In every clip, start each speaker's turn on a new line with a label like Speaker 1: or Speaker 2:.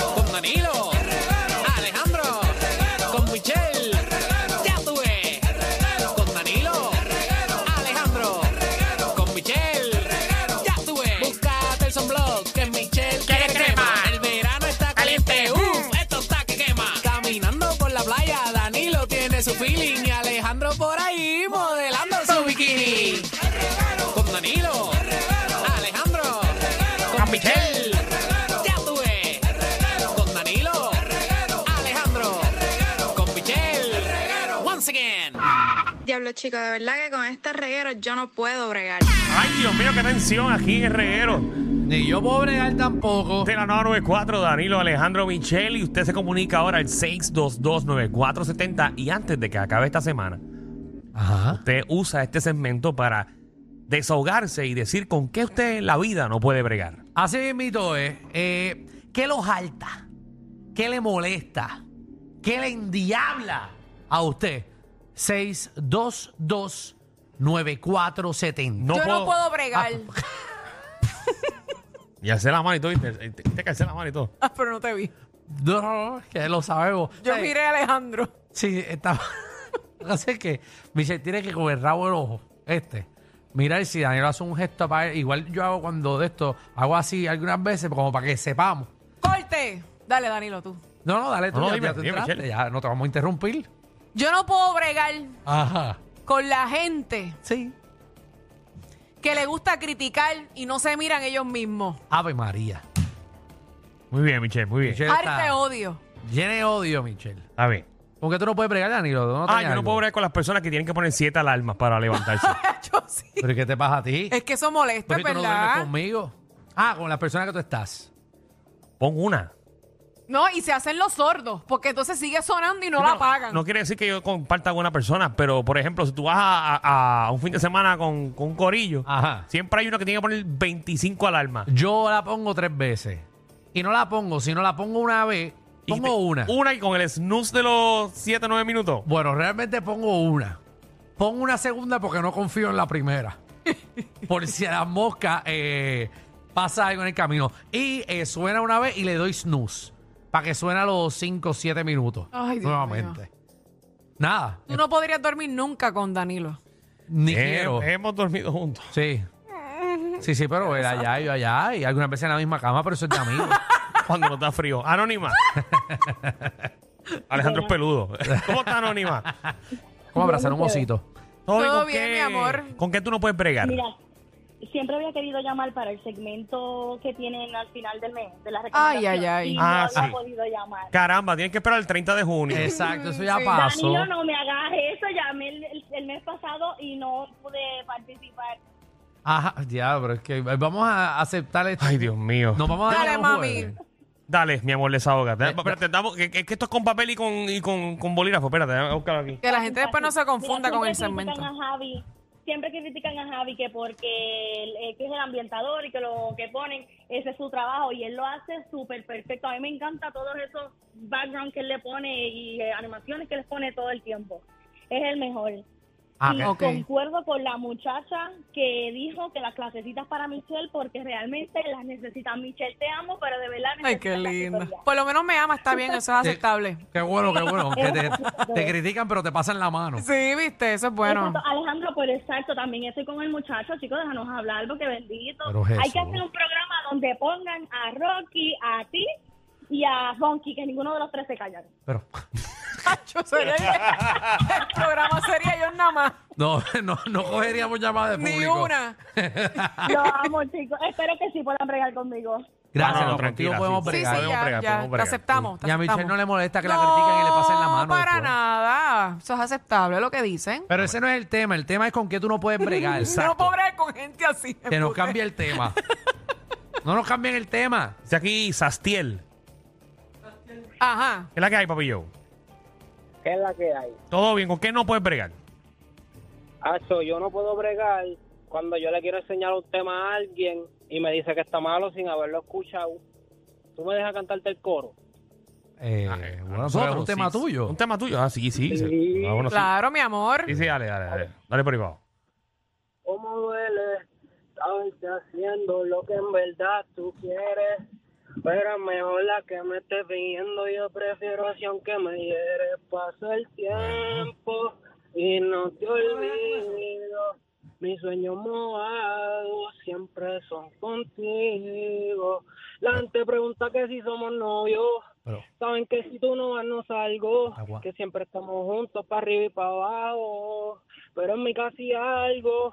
Speaker 1: con Danilo, Alejandro, con Michelle, ya tuve, con Danilo, Alejandro, con Michelle, ya tuve, búscate el sunblock, que Michelle quiere crema, el verano está caliente, uff, esto está que quema, caminando por la playa, Danilo tiene su feeling y Alejandro por ahí modelando su bikini, con Danilo, Alejandro, con Michelle, ya tuve con Danilo, Alejandro, con Michelle, once again.
Speaker 2: Diablo, chico, de verdad que con este reguero yo no puedo bregar.
Speaker 3: Ay, Dios mío, qué tensión aquí en el reguero.
Speaker 4: Ni yo puedo bregar tampoco.
Speaker 3: De la 994, Danilo Alejandro Michel. Y usted se comunica ahora al 622-9470. Y antes de que acabe esta semana,
Speaker 4: Ajá.
Speaker 3: usted usa este segmento para desahogarse y decir con qué usted en la vida no puede bregar.
Speaker 4: Así mismito es. Eh, ¿Qué los jalta? ¿Qué le molesta? ¿Qué le endiabla a usted? 622-9470.
Speaker 3: No puedo... bregar. y hacer la mano y todo. y te, te- te calcé la mano y todo.
Speaker 5: Ah, pero no te vi.
Speaker 4: No, no, no, que lo sabemos.
Speaker 5: Yo
Speaker 4: Eh,
Speaker 5: miré a Alejandro.
Speaker 4: Sí, está. Así que Michelle tiene que con el rabo del ojo, este, mirar si Daniel hace un gesto para él. Igual yo hago cuando de esto, hago así algunas veces pues, como para que sepamos.
Speaker 5: ¡Corte! Dale, Danilo, tú.
Speaker 4: No, no, dale tú,
Speaker 3: No, no,
Speaker 4: ya,
Speaker 3: dime,
Speaker 4: ya te
Speaker 3: dime,
Speaker 4: entraste,
Speaker 3: Michelle.
Speaker 4: ya no te vamos a interrumpir.
Speaker 5: Yo no puedo bregar
Speaker 4: Ajá.
Speaker 5: con la gente
Speaker 4: Sí.
Speaker 5: que le gusta criticar y no se miran ellos mismos.
Speaker 4: Ave María.
Speaker 3: Muy bien, Michelle, muy bien.
Speaker 4: Michelle está
Speaker 5: Arte odio.
Speaker 4: Llena de odio, Michelle.
Speaker 3: A ver.
Speaker 4: Porque tú no puedes bregar, Danilo. ¿Tú No
Speaker 3: Ah,
Speaker 4: tenías
Speaker 3: yo no
Speaker 4: algo?
Speaker 3: puedo bregar con las personas que tienen que poner siete alarmas para levantarse.
Speaker 5: Yo sí.
Speaker 4: Pero ¿y ¿qué te pasa a ti?
Speaker 5: Es que eso molesta,
Speaker 4: Porque
Speaker 5: es
Speaker 4: tú no duermes
Speaker 5: ¿verdad?
Speaker 4: conmigo. Ah, con las personas que tú estás.
Speaker 3: Pon una.
Speaker 5: No, y se hacen los sordos, porque entonces sigue sonando y no la apagan.
Speaker 3: No quiere decir que yo comparta con una persona, pero por ejemplo, si tú vas a, a- a un fin de semana con, con un corillo,
Speaker 4: Ajá.
Speaker 3: siempre hay uno que tiene que poner 25 alarmas.
Speaker 4: Yo la pongo tres veces. Y no la pongo, si no la pongo una vez,
Speaker 3: Y
Speaker 4: pongo
Speaker 3: te-
Speaker 4: una.
Speaker 3: Una y con el snooze de los 7 9 minutos.
Speaker 4: Bueno, realmente pongo una. Pongo una segunda porque no confío en la primera. Por si a la mosca eh, pasa algo en el camino. Y eh, suena una vez y le doy snooze. Para que suene a los 5 o 7 minutos.
Speaker 5: Ay, Dios
Speaker 4: nuevamente. Nada.
Speaker 5: Tú no podrías dormir nunca con Danilo.
Speaker 4: Ni
Speaker 3: Hem-
Speaker 4: quiero.
Speaker 3: hemos dormido juntos.
Speaker 4: Sí. Sí, sí, pero él allá y yo allá. Y algunas veces en la misma cama, pero eso es de amigos.
Speaker 3: Cuando no está frío. Anónima. Alejandro es peludo. ¿Cómo está Anónima?
Speaker 4: Como abrazar un osito.
Speaker 5: Todo
Speaker 3: ¿con
Speaker 5: bien,
Speaker 3: qué-
Speaker 5: mi amor.
Speaker 3: ¿Con qué tú no puedes bregar?
Speaker 6: Mira, siempre había querido llamar para el segmento que tienen al final del mes, de la
Speaker 5: Ay,
Speaker 6: recomendación.
Speaker 5: ay, ay.
Speaker 6: Y
Speaker 3: Ah,
Speaker 6: no
Speaker 3: sí.
Speaker 6: había podido llamar.
Speaker 3: Caramba, tienes que esperar el 30 de junio.
Speaker 4: Exacto, eso ya
Speaker 5: Sí.
Speaker 4: pasó.
Speaker 6: Danilo, no me hagas eso. Llamé el, el- el mes pasado y no pude participar.
Speaker 4: Ajá, ya, pero es que eh, vamos a aceptar esto.
Speaker 3: Ay, Dios mío.
Speaker 4: Nos vamos a
Speaker 5: Dale,
Speaker 4: los
Speaker 5: mami.
Speaker 4: jueves.
Speaker 3: Dale, mi amor, desahógate.
Speaker 4: Eh,
Speaker 3: Espérate, damos- que- que- es que esto es con papel y con, y con, con bolígrafo. Espérate, déjame buscarlo aquí.
Speaker 5: Que la gente después no se confunda
Speaker 6: Mira,
Speaker 5: con el
Speaker 6: siempre
Speaker 5: segmento.
Speaker 6: critican a Javi, siempre critican a Javi que porque el- eh, que es el ambientador y que lo que ponen, ese es su trabajo y él lo hace súper perfecto. A mí me encanta todos esos background que él le pone y eh, animaciones que les pone todo el tiempo. Es el mejor.
Speaker 4: Ah,
Speaker 6: Y
Speaker 4: que-
Speaker 5: ok.
Speaker 6: concuerdo con la muchacha que dijo que las clasecitas para Michelle, porque realmente las necesita Michelle. Te amo, pero de verdad
Speaker 5: Ay, qué
Speaker 6: necesitas
Speaker 5: linda.
Speaker 6: asesoría.
Speaker 5: Por lo menos me ama, está bien, eso es
Speaker 4: Sí.
Speaker 5: aceptable.
Speaker 4: Qué bueno, qué bueno. Aunque te, te critican, pero te pasan la mano.
Speaker 5: Sí, viste, eso es bueno.
Speaker 6: Exacto, Alejandro, por exacto, también estoy con el muchacho, chicos, déjanos hablar porque bendito.
Speaker 4: Pero
Speaker 6: Hay
Speaker 4: Jesús.
Speaker 6: que hacer un programa donde pongan a Rocky, a ti y a Bonky, que ninguno de los tres se callan.
Speaker 4: Pero
Speaker 5: Yo sería el programa sería yo nada más.
Speaker 4: no, no, no cogeríamos llamadas de
Speaker 5: Ni
Speaker 4: público.
Speaker 5: una.
Speaker 6: Lo amo, chicos. Espero que sí puedan bregar conmigo.
Speaker 4: Gracias,
Speaker 3: No, no,
Speaker 4: no,
Speaker 3: tranquila,
Speaker 4: contigo podemos
Speaker 3: sí,
Speaker 5: Sí, sí,
Speaker 4: bregar.
Speaker 3: podemos
Speaker 5: ya,
Speaker 3: bregar,
Speaker 5: ya.
Speaker 3: podemos
Speaker 5: Te
Speaker 3: bregar.
Speaker 5: aceptamos. te
Speaker 4: Y a Michelle
Speaker 5: aceptamos.
Speaker 4: no le molesta que la critiquen y le pasen la mano.
Speaker 5: No, para
Speaker 4: después.
Speaker 5: nada. Eso es aceptable lo que dicen.
Speaker 4: Pero ese no es el tema. El tema es con qué tú no puedes bregar.
Speaker 5: Yo No pobre con gente así.
Speaker 4: Que nos
Speaker 5: embuste.
Speaker 4: cambie el tema. No nos cambien el tema.
Speaker 3: Dice aquí Sastiel.
Speaker 5: Ajá.
Speaker 3: ¿Qué es la que hay, papi Joe?
Speaker 7: ¿Qué es la que hay?
Speaker 3: Todo bien, ¿con qué no puedes bregar?
Speaker 7: Acho, yo no puedo bregar cuando yo le quiero enseñar un tema a alguien y me dice que está malo sin haberlo escuchado. Tú me dejas cantarte el coro.
Speaker 4: Eh,
Speaker 3: Ah, eh,
Speaker 4: bueno,
Speaker 3: nosotros,
Speaker 4: pero es un
Speaker 3: sí,
Speaker 4: tema
Speaker 3: sí.
Speaker 4: tuyo.
Speaker 3: Un tema tuyo. Ah, sí, sí.
Speaker 7: Sí.
Speaker 3: Ah, bueno, sí.
Speaker 5: Claro, mi amor.
Speaker 3: Sí, sí, dale, dale, dale. Dale por ahí abajo.
Speaker 7: ¿Cómo duele saberte haciendo lo que en verdad tú quieres? Pero es mejor la que me esté pidiendo, yo prefiero así aunque me hiere. Pasa el tiempo y no te olvido. Mis sueños mojados siempre son contigo. La gente pregunta que si somos novios.
Speaker 4: Pero-
Speaker 7: Saben que si tú no vas no salgo,
Speaker 4: Agua.
Speaker 7: que siempre estamos juntos para arriba y para abajo, pero en mi casi algo.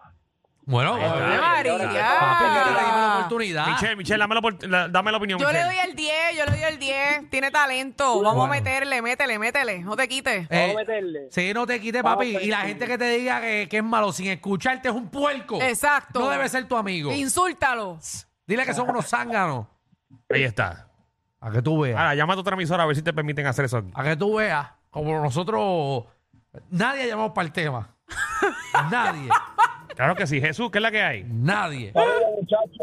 Speaker 4: Bueno,
Speaker 3: Ahí está.
Speaker 4: eh,
Speaker 5: María.
Speaker 4: papi, es que te dimos la oportunidad.
Speaker 3: Michelle, Michelle, dame la, opor- la- dame la opinión,
Speaker 5: Yo le
Speaker 3: Michelle.
Speaker 5: doy el 10, yo le doy el 10. Tiene talento. Vamos
Speaker 4: Bueno.
Speaker 5: a meterle, métele, métele. No te quites.
Speaker 4: Eh,
Speaker 7: Vamos a meterle.
Speaker 4: sí, no te quites,
Speaker 7: Vamos
Speaker 4: papi.
Speaker 7: a
Speaker 4: Y la
Speaker 7: meterle.
Speaker 4: gente que te diga que, que es malo sin escucharte es un puerco.
Speaker 5: Exacto.
Speaker 4: No debe ser tu amigo.
Speaker 5: Insúltalo.
Speaker 4: Dile que son unos zánganos.
Speaker 3: Ahí está.
Speaker 4: A que tú veas.
Speaker 3: Ahora, llama a tu transmisora a ver si te permiten hacer eso aquí.
Speaker 4: A que tú veas. Como nosotros. Nadie ha llamado para el tema. Nadie.
Speaker 3: Claro que sí. Jesús, ¿qué es la que hay?
Speaker 4: Nadie.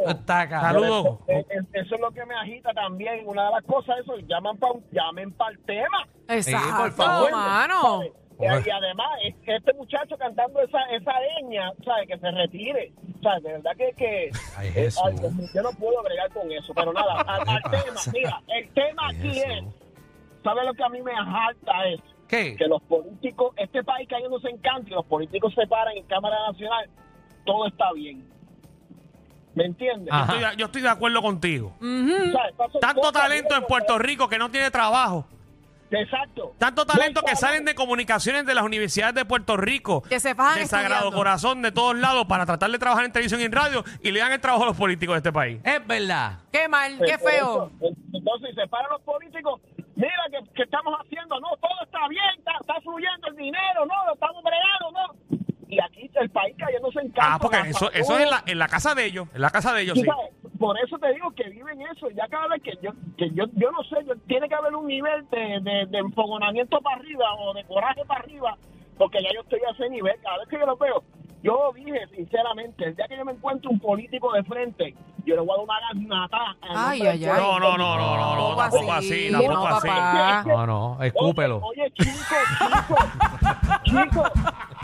Speaker 4: Está acá.
Speaker 3: Saludos.
Speaker 8: Eso es lo que me agita también. Una de las cosas eso, llaman pa, un- llamen para el tema.
Speaker 5: Exacto,
Speaker 4: por favor.
Speaker 5: mano.
Speaker 8: Y, y además, es que este muchacho cantando esa, esa leña, ¿sabes? Que se retire. ¿Sabes? De verdad que. que
Speaker 4: Ay,
Speaker 8: eh,
Speaker 4: Jesús.
Speaker 8: ay, Dios mío, yo no puedo bregar con eso. Pero nada, al, al tema, mira, el tema aquí
Speaker 4: Jesús.
Speaker 8: es. ¿Sabes lo que a mí me ajalta es?
Speaker 4: ¿Qué?
Speaker 8: Que los políticos, este país cayéndose en canto y los políticos se paran en Cámara Nacional, todo está bien. ¿Me entiendes?
Speaker 4: Ajá.
Speaker 3: Estoy de- yo estoy de acuerdo contigo.
Speaker 5: Mm.
Speaker 8: ¿Sabes? Pasan
Speaker 3: Tanto
Speaker 8: cosas
Speaker 3: talento
Speaker 8: bien,
Speaker 3: en Puerto Rico que no tiene trabajo.
Speaker 8: Exacto.
Speaker 3: Tanto talento que salen
Speaker 8: salen
Speaker 3: de comunicaciones de las universidades de Puerto Rico.
Speaker 5: Que se fajan
Speaker 3: De Sagrado
Speaker 5: estudiando.
Speaker 3: Corazón, de todos lados, para tratar de trabajar en televisión y en radio y le dan el trabajo a los políticos de este país.
Speaker 4: Es verdad.
Speaker 5: Qué mal, qué feo.
Speaker 8: Entonces, se paran los políticos. Mira, que, que estamos haciendo? No, todo está bien, está, está fluyendo el dinero, no, lo estamos bregando, no. Y aquí el país cayéndose en campo.
Speaker 3: Ah, porque
Speaker 8: la
Speaker 3: eso,
Speaker 8: factura.
Speaker 3: eso es en la, en la casa de ellos. En la casa de ellos,
Speaker 8: Tú
Speaker 3: sí.
Speaker 8: sabes, Por eso te digo que viven eso. Ya cada vez que yo, que yo, yo no sé, yo- tiene que haber un nivel de, de, de enfogonamiento para arriba o de coraje para arriba, porque ya yo estoy a ese nivel. Cada vez que yo lo veo, yo lo dije sinceramente, el día que yo me encuentro un político de frente, yo le voy a dar una garnata.
Speaker 5: Ay, ay, ay.
Speaker 3: No, no, no, no, no, no, tampoco así, tampoco
Speaker 5: no,
Speaker 3: así.
Speaker 5: papá.
Speaker 4: No, no, escúpelo.
Speaker 8: Oye, oye, chico, chico, chico,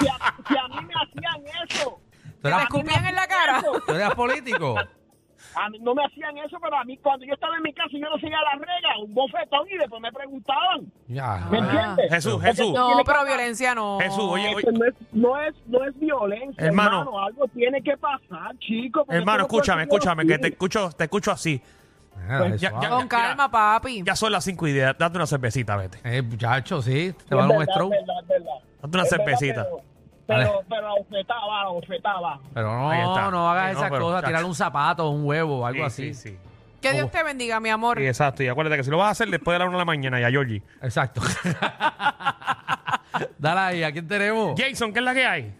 Speaker 8: si a, si a mí me hacían eso.
Speaker 4: ¿Tú
Speaker 5: ¿Te
Speaker 4: eras,
Speaker 5: escupían en la cara?
Speaker 4: tú eras político?
Speaker 8: A mí no me hacían eso, pero a mí cuando yo estaba en mi casa y yo no seguía las reglas, un bofetón y después me preguntaban.
Speaker 4: Ya.
Speaker 8: ¿Me
Speaker 5: Ah.
Speaker 8: entiendes?
Speaker 3: Jesús, Jesús.
Speaker 5: No, pero violencia no.
Speaker 3: Jesús, oye, oye.
Speaker 8: Eso no, es, no, es, no es violencia,
Speaker 3: Hermano.
Speaker 8: hermano. Algo tiene que pasar, chico. porque
Speaker 3: Hermano,
Speaker 8: tú no puedes
Speaker 3: escúchame,
Speaker 8: seguir
Speaker 3: escúchame, que te
Speaker 8: así.
Speaker 3: escucho, te escucho así.
Speaker 4: Ah, eso,
Speaker 3: Ya, ya,
Speaker 4: ah.
Speaker 5: Con calma,
Speaker 3: mira.
Speaker 5: papi.
Speaker 3: Ya son las 5 y 10, date una cervecita, vete.
Speaker 4: Eh, muchacho, sí, te
Speaker 8: Es
Speaker 4: van a un
Speaker 8: verdad,
Speaker 4: stroke.
Speaker 8: es verdad, es verdad.
Speaker 3: Date una
Speaker 8: Es verdad,
Speaker 3: cervecita.
Speaker 8: pero-
Speaker 4: Dale.
Speaker 8: Pero, pero la bofetada va, la bofetada va.
Speaker 4: Pero
Speaker 3: Ahí está.
Speaker 4: no, no hagas
Speaker 3: Sí, no,
Speaker 4: esas
Speaker 3: pero,
Speaker 4: cosas,
Speaker 3: chacho.
Speaker 4: tirarle un zapato, un huevo, algo
Speaker 3: Sí,
Speaker 4: así.
Speaker 3: sí, sí.
Speaker 5: Que
Speaker 3: Oh.
Speaker 5: Dios te bendiga, mi amor.
Speaker 3: Sí, exacto. Y acuérdate que si lo vas a hacer después de la 1 de la mañana, ya, Georgie.
Speaker 4: Exacto. Dale ahí, ¿a quién tenemos?
Speaker 3: Jason, ¿qué es la que hay?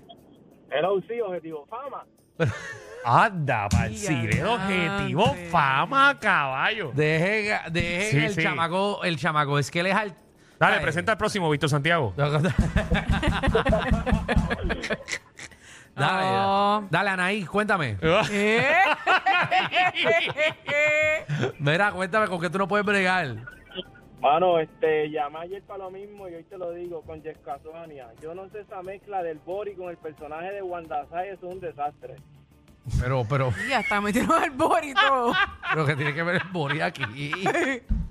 Speaker 8: Era un sí, objetivo fama.
Speaker 3: Anda, parcire, objetivo,
Speaker 5: Diantre.
Speaker 3: fama, caballo.
Speaker 4: Dejen, dejen
Speaker 3: Sí,
Speaker 4: el
Speaker 3: sí.
Speaker 4: chamaco, el chamaco, es que él es al...
Speaker 3: Dale,
Speaker 4: Ay.
Speaker 3: presenta el próximo, Víctor Santiago.
Speaker 4: dale,
Speaker 5: No.
Speaker 4: dale, Anaí, cuéntame.
Speaker 5: ¿Eh?
Speaker 4: Mira, cuéntame con qué tú no puedes bregar.
Speaker 7: Mano, este, llamé ayer para lo mismo y hoy te lo digo con Yescasania. Yo no sé esa mezcla del Bori con el personaje de Wandasai, eso es un desastre.
Speaker 4: Pero, pero,
Speaker 5: ya está metieron al borito.
Speaker 4: pero que tiene que ver el Bori aquí.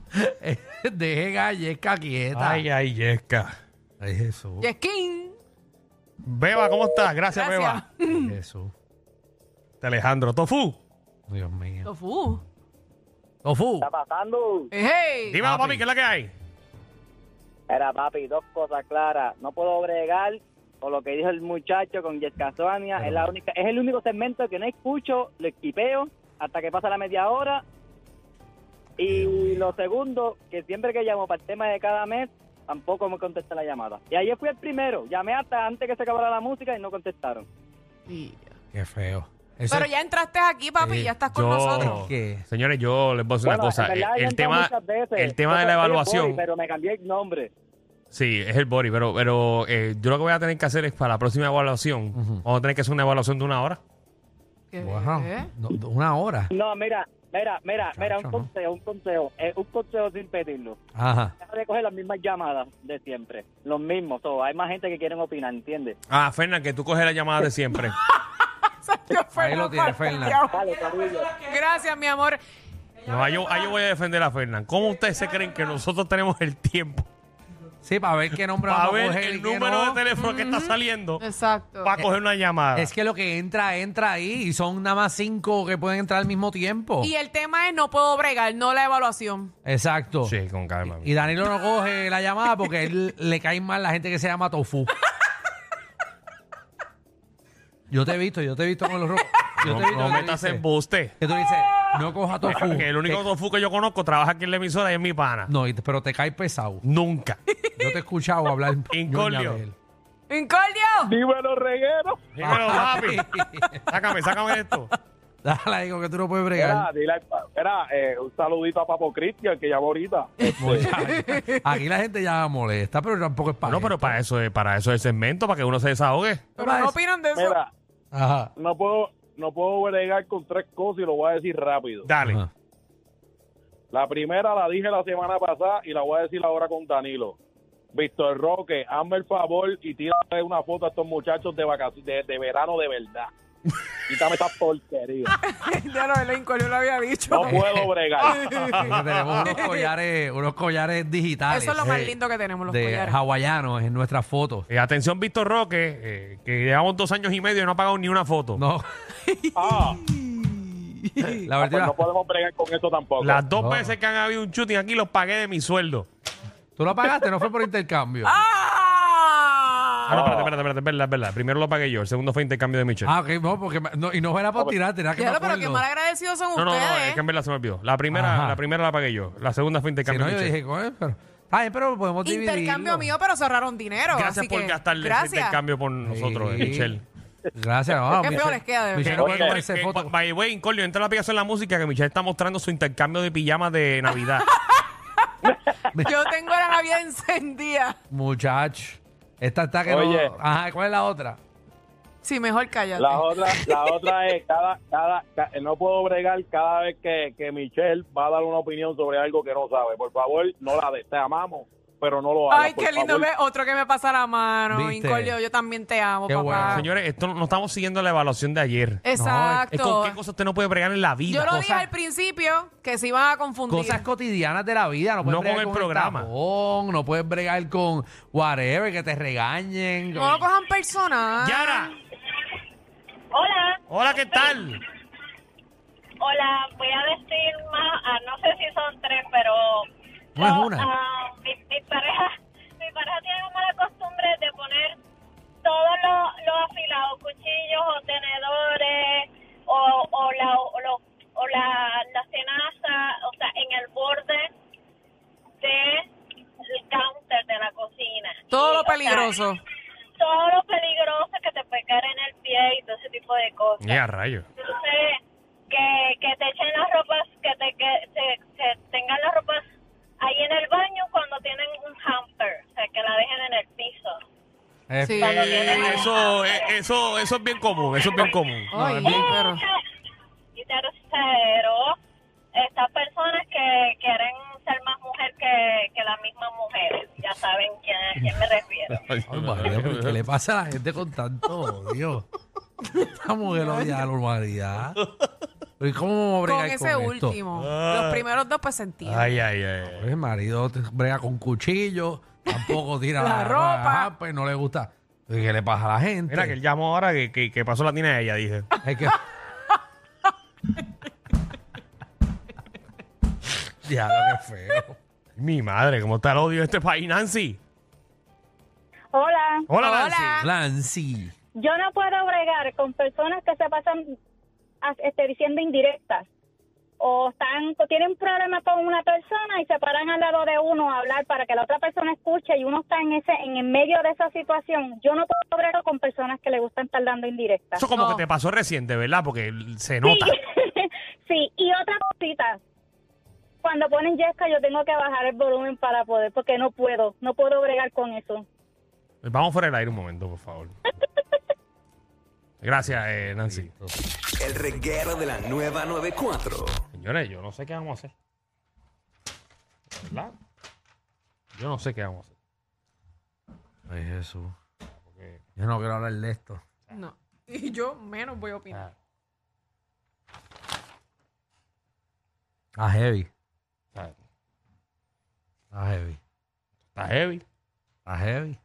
Speaker 4: Dejen a Yesca quieta.
Speaker 3: Ay, ay, Yesca.
Speaker 4: Ay, Jesús.
Speaker 5: Yeskin.
Speaker 3: Beba, ¿cómo estás? Gracias,
Speaker 5: Gracias.
Speaker 3: Beba.
Speaker 4: Jesús.
Speaker 3: De Alejandro Tofu.
Speaker 4: Dios mío.
Speaker 5: Tofu.
Speaker 4: Tofu.
Speaker 7: ¿Está pasando?
Speaker 5: Hey.
Speaker 3: Dímelo,
Speaker 4: Papi.
Speaker 3: papi, ¿qué es la que hay?
Speaker 7: Era papi, dos cosas claras. No puedo bregar con lo que dijo el muchacho con Yescasania. Es, la única, es el único segmento que no escucho, lo esquipeo hasta que pasa la media hora. Y lo segundo, que siempre que llamo para el tema de cada mes, tampoco me contesta la llamada. Y ayer fui el primero, llamé hasta antes que se acabara la música y no contestaron.
Speaker 5: Y-
Speaker 4: Qué feo. Eso
Speaker 5: Pero
Speaker 4: es-
Speaker 5: ya entraste aquí, papi,
Speaker 4: Sí,
Speaker 5: ya estás con
Speaker 3: yo-
Speaker 5: nosotros.
Speaker 4: ¿Qué?
Speaker 3: Señores, yo les voy a decir
Speaker 9: Bueno,
Speaker 3: una cosa.
Speaker 9: en verdad,
Speaker 3: El,
Speaker 9: yo
Speaker 3: el
Speaker 9: he
Speaker 3: tema,
Speaker 9: entrado muchas veces.
Speaker 3: el tema de la
Speaker 9: Yo soy el
Speaker 3: evaluación.
Speaker 9: Bori, pero me cambié el nombre.
Speaker 3: Sí, es el body, pero, pero eh, yo lo que voy a tener que hacer es para la próxima evaluación, vamos a tener que hacer una evaluación de una hora.
Speaker 5: ¿Qué?
Speaker 4: Wow. No, no, una hora.
Speaker 9: No, mira, mira, mira, mira,
Speaker 4: Chacho,
Speaker 9: un
Speaker 4: ¿no?
Speaker 9: consejo, un consejo, eh, un consejo sin pedirlo.
Speaker 4: Ajá.
Speaker 9: Deja de coger las mismas llamadas de siempre, los mismos, todo. Hay más gente que quieren opinar, ¿entiendes?
Speaker 3: Ah, Fernan, que tú coges la llamada de siempre.
Speaker 4: Ahí lo tiene, Fernan.
Speaker 9: Dale, Corillo.
Speaker 5: Gracias, mi amor.
Speaker 3: No, ahí yo, ahí yo voy a defender a Fernan. ¿Cómo ustedes se creen que nosotros tenemos el tiempo
Speaker 4: Sí, para ver qué nombre
Speaker 3: para
Speaker 4: vamos a
Speaker 3: ver
Speaker 4: coger y
Speaker 3: el
Speaker 4: qué
Speaker 3: número
Speaker 4: no?
Speaker 3: de Ah. teléfono que está saliendo
Speaker 5: Exacto.
Speaker 3: para coger una llamada?
Speaker 4: Es que lo que entra, entra ahí y son nada más cinco que pueden entrar al mismo tiempo.
Speaker 5: Y el tema es no puedo bregar, no la evaluación.
Speaker 4: Exacto.
Speaker 3: Sí, con calma.
Speaker 4: Y Danilo no coge la llamada porque a él le cae mal la gente que se llama Tofu. Yo te he visto, yo te he visto con los rojos. Yo
Speaker 3: no
Speaker 4: te he visto
Speaker 3: no
Speaker 4: que "Uh, tú
Speaker 3: metas
Speaker 4: dices-
Speaker 3: en buste.
Speaker 4: Que tú dices, no coja Tofu.
Speaker 3: Que el único
Speaker 4: Te-
Speaker 3: tofu que yo conozco trabaja aquí en la emisora y es mi pana.
Speaker 4: No, y te- pero te cae pesado.
Speaker 3: Nunca.
Speaker 4: Yo te he escuchado hablar
Speaker 3: Incordio.
Speaker 4: ñoña de él.
Speaker 5: ¡Incordio!
Speaker 9: Ah. Dímelo, reguero.
Speaker 3: Dímelo, papi. Sácame, sácame de esto.
Speaker 4: Dale, digo que tú no puedes bregar.
Speaker 9: eh, un saludito a Papo Cristian, que llamó ahorita. Este,
Speaker 4: Muchacho. Aquí la gente Pues ya molesta, pero tampoco es para.
Speaker 3: No, pero
Speaker 4: esto.
Speaker 3: para eso, es- para eso es el segmento, para que uno se desahogue.
Speaker 5: Pero no opinan de eso.
Speaker 9: Mira,
Speaker 4: Ajá.
Speaker 9: no puedo, no puedo bregar con tres cosas y lo voy a decir rápido.
Speaker 3: Dale.
Speaker 4: Ajá.
Speaker 9: La primera la dije la semana pasada y la voy a decir ahora con Danilo. Víctor Roque, hazme el favor y tírame una foto a estos muchachos de vacaciones, de, de verano de verdad. Quítame esa porquería.
Speaker 5: ya lo del Incordio lo había dicho.
Speaker 9: No puedo bregar.
Speaker 4: Es que tenemos unos collares, unos collares digitales.
Speaker 5: Eso es lo más
Speaker 4: eh,
Speaker 5: lindo que tenemos, los
Speaker 4: de
Speaker 5: collares.
Speaker 4: hawaianos en nuestras fotos.
Speaker 3: Eh, atención, Víctor Roque, eh, que llevamos dos años y medio y no ha pagado ni una foto.
Speaker 4: No,
Speaker 9: Ah,
Speaker 4: la
Speaker 9: pues
Speaker 4: verdad.
Speaker 9: no podemos bregar con eso tampoco.
Speaker 3: Las dos
Speaker 4: No.
Speaker 3: veces que han habido un shooting aquí los pagué de mi sueldo.
Speaker 4: Tú lo pagaste, no fue por intercambio.
Speaker 3: Ah,
Speaker 5: ¡Ah!
Speaker 3: no, espérate, espérate, espérate, es verdad, es verdad. Primero lo pagué yo, el segundo fue intercambio de Michelle.
Speaker 4: Ah, ok, no, porque me- no, y no
Speaker 3: Ah,
Speaker 4: era
Speaker 3: pues-
Speaker 4: por tirar, tenía que
Speaker 5: Ya
Speaker 4: me
Speaker 5: lo, pero qué
Speaker 4: acuerdo.
Speaker 5: mal agradecidos son
Speaker 3: no, no, no, es
Speaker 5: ustedes.
Speaker 3: que en verdad se me olvidó. La primera,
Speaker 4: Ajá.
Speaker 3: la primera la pagué yo, la segunda fue
Speaker 4: Si
Speaker 3: intercambio de
Speaker 4: no, yo
Speaker 3: Michelle.
Speaker 4: dije, "Coño, pero, está bien, pero podemos dividirlo.
Speaker 5: intercambio mío, pero cerraron dinero.
Speaker 3: Gracias
Speaker 5: así
Speaker 3: por
Speaker 5: que,
Speaker 3: gastarle ese
Speaker 5: Gracias.
Speaker 3: intercambio por nosotros, eh,
Speaker 4: Sí.
Speaker 3: Michelle.
Speaker 4: Gracias. vamos,
Speaker 5: Qué feo
Speaker 4: Michelle-
Speaker 5: les queda, de
Speaker 4: Michelle
Speaker 5: verdad.
Speaker 4: no puede
Speaker 3: Oye,
Speaker 4: tomarse
Speaker 3: que-
Speaker 4: fotos.
Speaker 3: by the way, Incolio, entra la aplicación de la música que Michelle está mostrando su intercambio de pijamas de Navidad.
Speaker 5: Yo tengo la Navidad encendida.
Speaker 4: Muchacho. Esta está que no-
Speaker 9: Oye.
Speaker 4: Ajá, ¿cuál es la otra?
Speaker 5: Sí, mejor cállate.
Speaker 9: La otra, la otra es cada, cada, ca- no puedo bregar cada vez que, que Michelle va a dar una opinión sobre algo que no sabe. Por favor, no la des. Te amamos, pero no lo hagas.
Speaker 5: Ay,
Speaker 9: por
Speaker 5: qué lindo
Speaker 9: favor.
Speaker 5: ve otro que me pasa la mano.
Speaker 4: ¿Viste?
Speaker 5: Incordio, yo también te amo,
Speaker 4: Qué
Speaker 5: papá.
Speaker 4: bueno, señor.
Speaker 3: Señores, esto no, no estamos siguiendo la evaluación de ayer. Es con
Speaker 5: Exacto.
Speaker 3: qué cosas usted no puede bregar en la vida.
Speaker 5: yo lo dije
Speaker 4: cosas-
Speaker 5: al principio que se iban a confundir.
Speaker 4: Cosas cotidianas de la vida. No puedes
Speaker 3: No con
Speaker 4: bregar
Speaker 3: el
Speaker 4: con
Speaker 3: programa.
Speaker 4: tapón, no puedes bregar con whatever, que te regañen.
Speaker 5: no lo cojan personal.
Speaker 3: Yara,
Speaker 10: Hola,
Speaker 3: hola, ¿qué tal?
Speaker 10: hola, voy a decir más, ah, no sé si son tres, pero...
Speaker 4: No es
Speaker 10: yo,
Speaker 4: una.
Speaker 10: ah, mi, mi pareja, mi pareja tiene la mala costumbre de poner todos los los afilados, cuchillos o tenedores o, o, la, o, lo- o la, la tenaza, o sea, en el borde del counter de la cocina.
Speaker 5: Todo
Speaker 10: Y,
Speaker 5: lo
Speaker 10: o sea,
Speaker 5: peligroso.
Speaker 10: todo lo peligroso que te puede caer en el pie y todo ese tipo de cosas.
Speaker 3: Ya, rayo.
Speaker 10: Entonces, que, que te echen las ropas, que te que se, se tengan las ropas ahí en el baño cuando tienen un hamper, o sea, que la dejen en el piso.
Speaker 4: Eh,
Speaker 5: Sí.
Speaker 3: Eh, eso, eh, eso, eso es bien común, eso es bien común.
Speaker 5: Ay,
Speaker 4: No, es
Speaker 5: pero-
Speaker 10: Y tercero, estas personas que quieren ser más mujer que, que las mismas mujeres, ya saben quién, a quién me refiero.
Speaker 4: Ay, madre, pero ¿Qué le pasa a la gente con tanto odio? Esta mujer odia a la humanidad. Pero ¿y cómo
Speaker 5: con
Speaker 4: bregar con,
Speaker 5: ese
Speaker 4: esto?
Speaker 5: último. Los primeros dos pues sentían.
Speaker 3: Ay, ay, ay.
Speaker 4: El marido te brega con cuchillo, tampoco tira
Speaker 5: La
Speaker 4: la,
Speaker 5: ropa.
Speaker 4: ropa, pues no le gusta. ¿Y ¿Qué le pasa a la gente?
Speaker 3: Mira, que él llamó ahora que, que, que pasó la tina de ella, dije.
Speaker 4: Es que... Diablo, qué feo.
Speaker 3: Mi madre, ¿cómo está el odio de este país, Nancy?
Speaker 10: Hola,
Speaker 3: Hola,
Speaker 5: Hola.
Speaker 3: Nancy.
Speaker 4: Lancy.
Speaker 10: yo no puedo bregar con personas que se pasan diciendo indirectas.
Speaker 6: este, o están tienen problemas con una persona y se paran al lado de uno a hablar para que la otra persona escuche y uno está en ese en el medio de esa situación. Yo no puedo hablar con personas que le gustan estar dando indirectas.
Speaker 3: Eso como
Speaker 5: No.
Speaker 3: que te pasó reciente, ¿verdad? Porque se nota.
Speaker 6: sí, y otra cosita. Cuando ponen yesca yo tengo que bajar el volumen para poder porque no puedo, no puedo bregar con eso.
Speaker 3: Vamos fuera del aire un momento, por favor. Gracias, eh, Nancy.
Speaker 1: El reguero de la nueva 94.
Speaker 3: Señores, yo no sé qué vamos a hacer. ¿Verdad? Yo no sé qué vamos a hacer.
Speaker 4: Ay, Jesús. Yo no quiero hablar de esto.
Speaker 5: No. Y yo menos voy a opinar.
Speaker 4: Está heavy.
Speaker 3: Está,
Speaker 4: Está heavy.
Speaker 3: está heavy.
Speaker 4: Está heavy.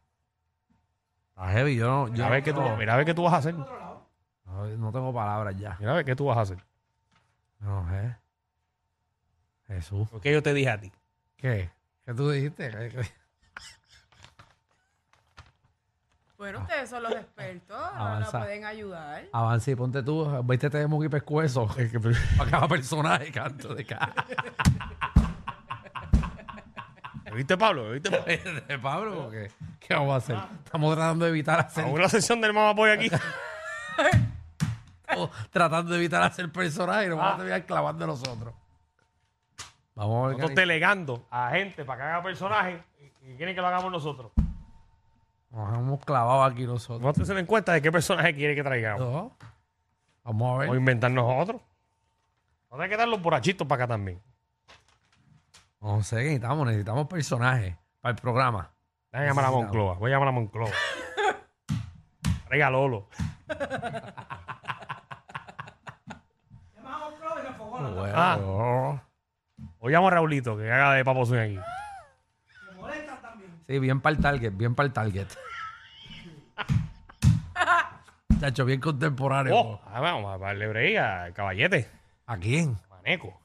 Speaker 4: Está heavy. Yo no, yo
Speaker 3: Mira a, ver qué tú,
Speaker 4: no,
Speaker 3: mira a ver qué tú vas a hacer.
Speaker 4: no, no tengo palabras ya.
Speaker 3: Mira a ver qué tú vas a hacer.
Speaker 4: No sé. Jesús.
Speaker 3: Porque yo te dije a ti.
Speaker 4: ¿Qué? ¿Qué tú dijiste? ¿Qué- qué?
Speaker 5: Bueno, ustedes son los expertos, ahora
Speaker 4: Ah. avanza.
Speaker 5: pueden ayudar.
Speaker 4: Avanza y ponte tú. Vístete de Mugi Pescuezo. Para cada personaje canto de cada.
Speaker 3: ¿Viste, Pablo? ¿Viste, Pablo?
Speaker 4: de Pablo, Ah, porque ¿qué vamos a hacer? Estamos tratando de evitar hacer.
Speaker 3: Hago la sesión del mamá Boy aquí.
Speaker 4: estamos tratando de evitar hacer personajes y nos
Speaker 3: Ah.
Speaker 4: vamos a terminar clavando nosotros. Vamos a
Speaker 3: Nosotros
Speaker 4: ver.
Speaker 3: delegando a gente para que haga personajes y y quieren que lo hagamos nosotros.
Speaker 4: Nos hemos clavado aquí nosotros.
Speaker 3: Vamos a tener en cuenta de qué personaje quiere que traigamos.
Speaker 4: No. Vamos a
Speaker 3: Vamos a
Speaker 4: ver.
Speaker 3: inventarnos otro. Vamos a quedar los borrachitos para acá también.
Speaker 4: No sé qué necesitamos. Necesitamos personajes para el programa.
Speaker 3: Déjame llamar a Moncloa. Voy a llamar a Moncloa. Traiga a Lolo.
Speaker 4: Bueno,
Speaker 3: Ah. O llamo a Raulito, que haga de papo swing aquí.
Speaker 4: Sí, bien para el target, bien para el target. Chacho, bien contemporáneo.
Speaker 3: Oh, ah, vamos a darle break a Caballete,
Speaker 4: ¿A quién?
Speaker 3: a Maneco.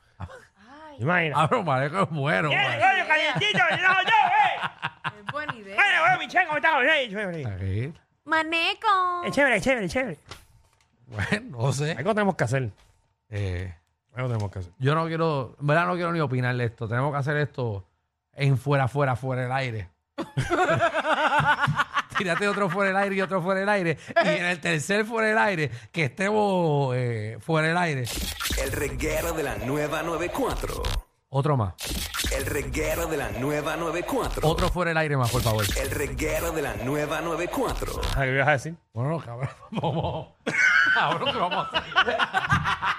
Speaker 3: Imagina.
Speaker 4: Ah, pero Maneco es bueno.
Speaker 3: ¡Eh,
Speaker 4: man.
Speaker 3: coño, calentito! ¡No, yo, eh!
Speaker 5: Es buena idea.
Speaker 3: ¡Bueno, bueno, mi che, ¿cómo estás? Eh, Chévere,
Speaker 4: Aquí. Ah.
Speaker 5: Maneco.
Speaker 3: Eh, chévere, chévere, chévere.
Speaker 4: Bueno, no sé.
Speaker 3: Algo tenemos que hacer.
Speaker 4: Eh,
Speaker 3: Algo tenemos que hacer.
Speaker 4: yo no quiero, en verdad no quiero ni opinar de esto. Tenemos que hacer esto en fuera, fuera, fuera del aire. Tírate otro fuera del aire y otro fuera del aire. Y en el tercer fuera del aire, que estemos eh, fuera del aire,
Speaker 1: El reguero de la nueva 94.
Speaker 4: otro más.
Speaker 1: El reguero de la nueva 94.
Speaker 4: Otro fuera del aire más, por favor.
Speaker 1: El reguero de la nueva 94.
Speaker 3: Ah, ¿Qué ibas a decir?
Speaker 4: Bueno, no, cabrón, vamos. Cabrón, ¿qué vamos a hacer?